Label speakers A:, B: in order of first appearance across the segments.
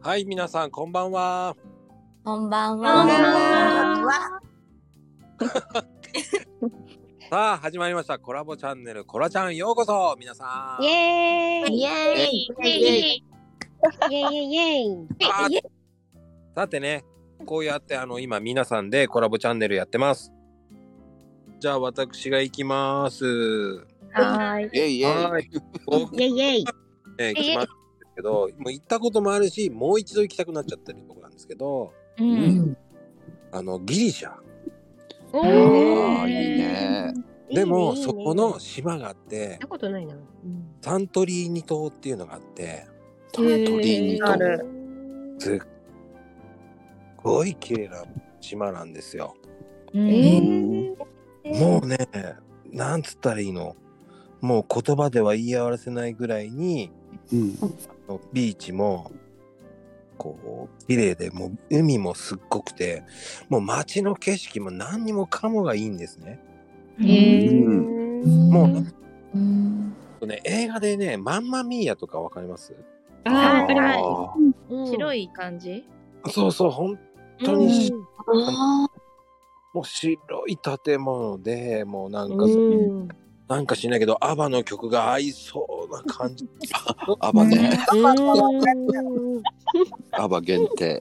A: はい、皆さん、こんばんは。
B: こんばん
C: こんばん
B: は。
A: さあ、始まりました。コラボチャンネル、コラちゃん、ようこそ、皆さん。
C: イエーイ
B: イエーイ。
C: イエーイイエーイイエーイ
A: あーさてね、こうやって、あの、今、皆さんでコラボチャンネルやってます。じゃあ、私が行きます。
C: はい
D: イェイイェイ。
A: はい。僕
C: イエーイイエーイ
A: ね、決まったんですけど、もう行ったこともあるし、もう一度行きたくなっちゃってるとこなんですけど、
B: うん。
A: あの、ギリシャ。
C: お
D: ああ、いい
C: いい
D: ね。
C: ね
A: でも、
C: いいね
A: そこの島があって
C: 行った、ことないな
A: サントリーニ島っていうのがあって、
D: トリニ
C: あ
D: と。
C: る
A: すっごい綺麗な島なんですよ。
B: う
C: え
B: ん。
C: ー
A: もうね、なんつったらいいのもう言葉では言い表せないぐらいに、
D: うん。
A: ビーチも、こう、綺麗で、もう海もすっごくて、もう街の景色も何にもかもがいいんですね。
C: え
D: ー
C: ー
A: もう
B: うん。
A: ね、映画でね、マンマミーヤとかわかります
C: ああわかりま
D: あ
C: す
E: 白
C: い
E: い感じ
A: そうそう、ほん当にしもう白い建物で、もうなんか、
C: うんうん
A: なんかしないけど、アバの曲が合いそうな感じ。
D: ーアバね。
C: うん
D: アバ限定。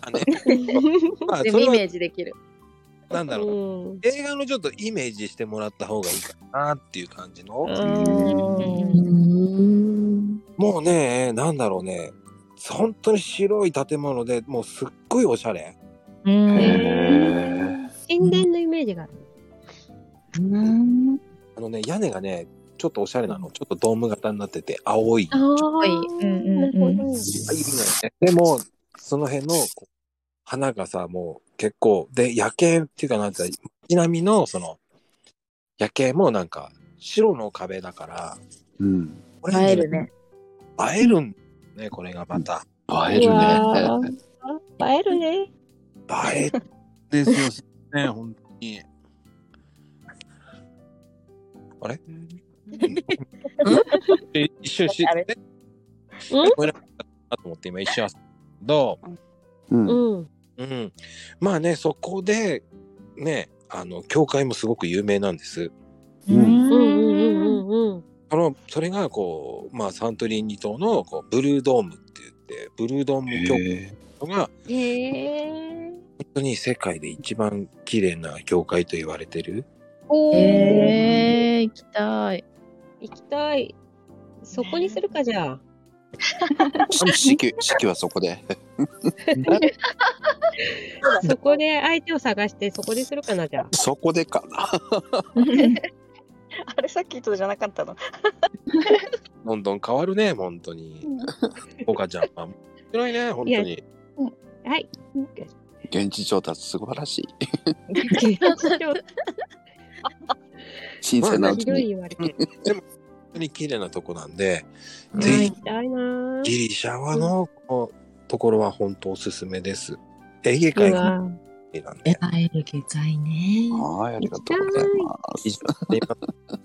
A: あね、まあ、
E: で
A: そ
E: も
A: れ
E: イメ
A: は
E: ージできる。
A: なんだろう。
C: うん
A: 映画のちょっとイメージしてもらった方がいいかなっていう感じの、
D: ん
B: うん。
A: もうねなんだろうね本当に白い建物でもうすっごいおしゃれ
B: うん。
D: へ
C: 神殿のイメージがある
A: あのね屋根がねちょっとおしゃれなのちょっとドーム型になってて青い
C: あ
E: は
C: あ
E: いうんうんうん
C: なるほど
A: あいいねでもその辺のこう花がさもう結構で夜景っていうかなんていうか街並みのその夜景もなんか白の壁だから
D: うん。
A: オレンジの
E: ね。
A: 映えるんだねこれがまた
D: 映える
C: うわ
D: ね。
C: ー映えるね
A: 映えですよ ね、本当に。あれ一瞬し、
E: あれ
A: えこれだと思って今一瞬焦ったけど、
D: うん。
C: うん
A: うん。まあね、そこで、ね、あの、教会もすごく有名なんです。
D: う。
C: うんんうんうんうんうん
A: その、それがこう、まあサントリーニ島のこうブルードームって言って、ブルードーム教会
D: へ
A: が
C: へえ
A: 本当に世界で一番綺麗な教会と言われてる。
C: おー
E: えー、行きたい。
C: 行きたいそこにするかじゃあ
D: ー式式はそこで。
C: そこで相手を探してそこでするかなじゃあ
D: そこでかな。
F: あれさっきとじゃなかったの。
A: どんどん変わるね、本当に。岡ちゃんは。面白いね、本当に。
C: はい
D: 現地調達素晴らしい。新鮮なう
C: ひ
D: ち
C: どい
D: に。
C: 言われてる
A: 本当に綺麗なとこなんで、
B: うん
A: ぜひ
C: 行きたいなー
A: ギリシャはのこのところは本当おすすめです。エーゲ海
C: う
A: が
C: わ
A: 綺麗なんで。
B: 会える下界ね。
D: はい、ありがとうございます。
A: 今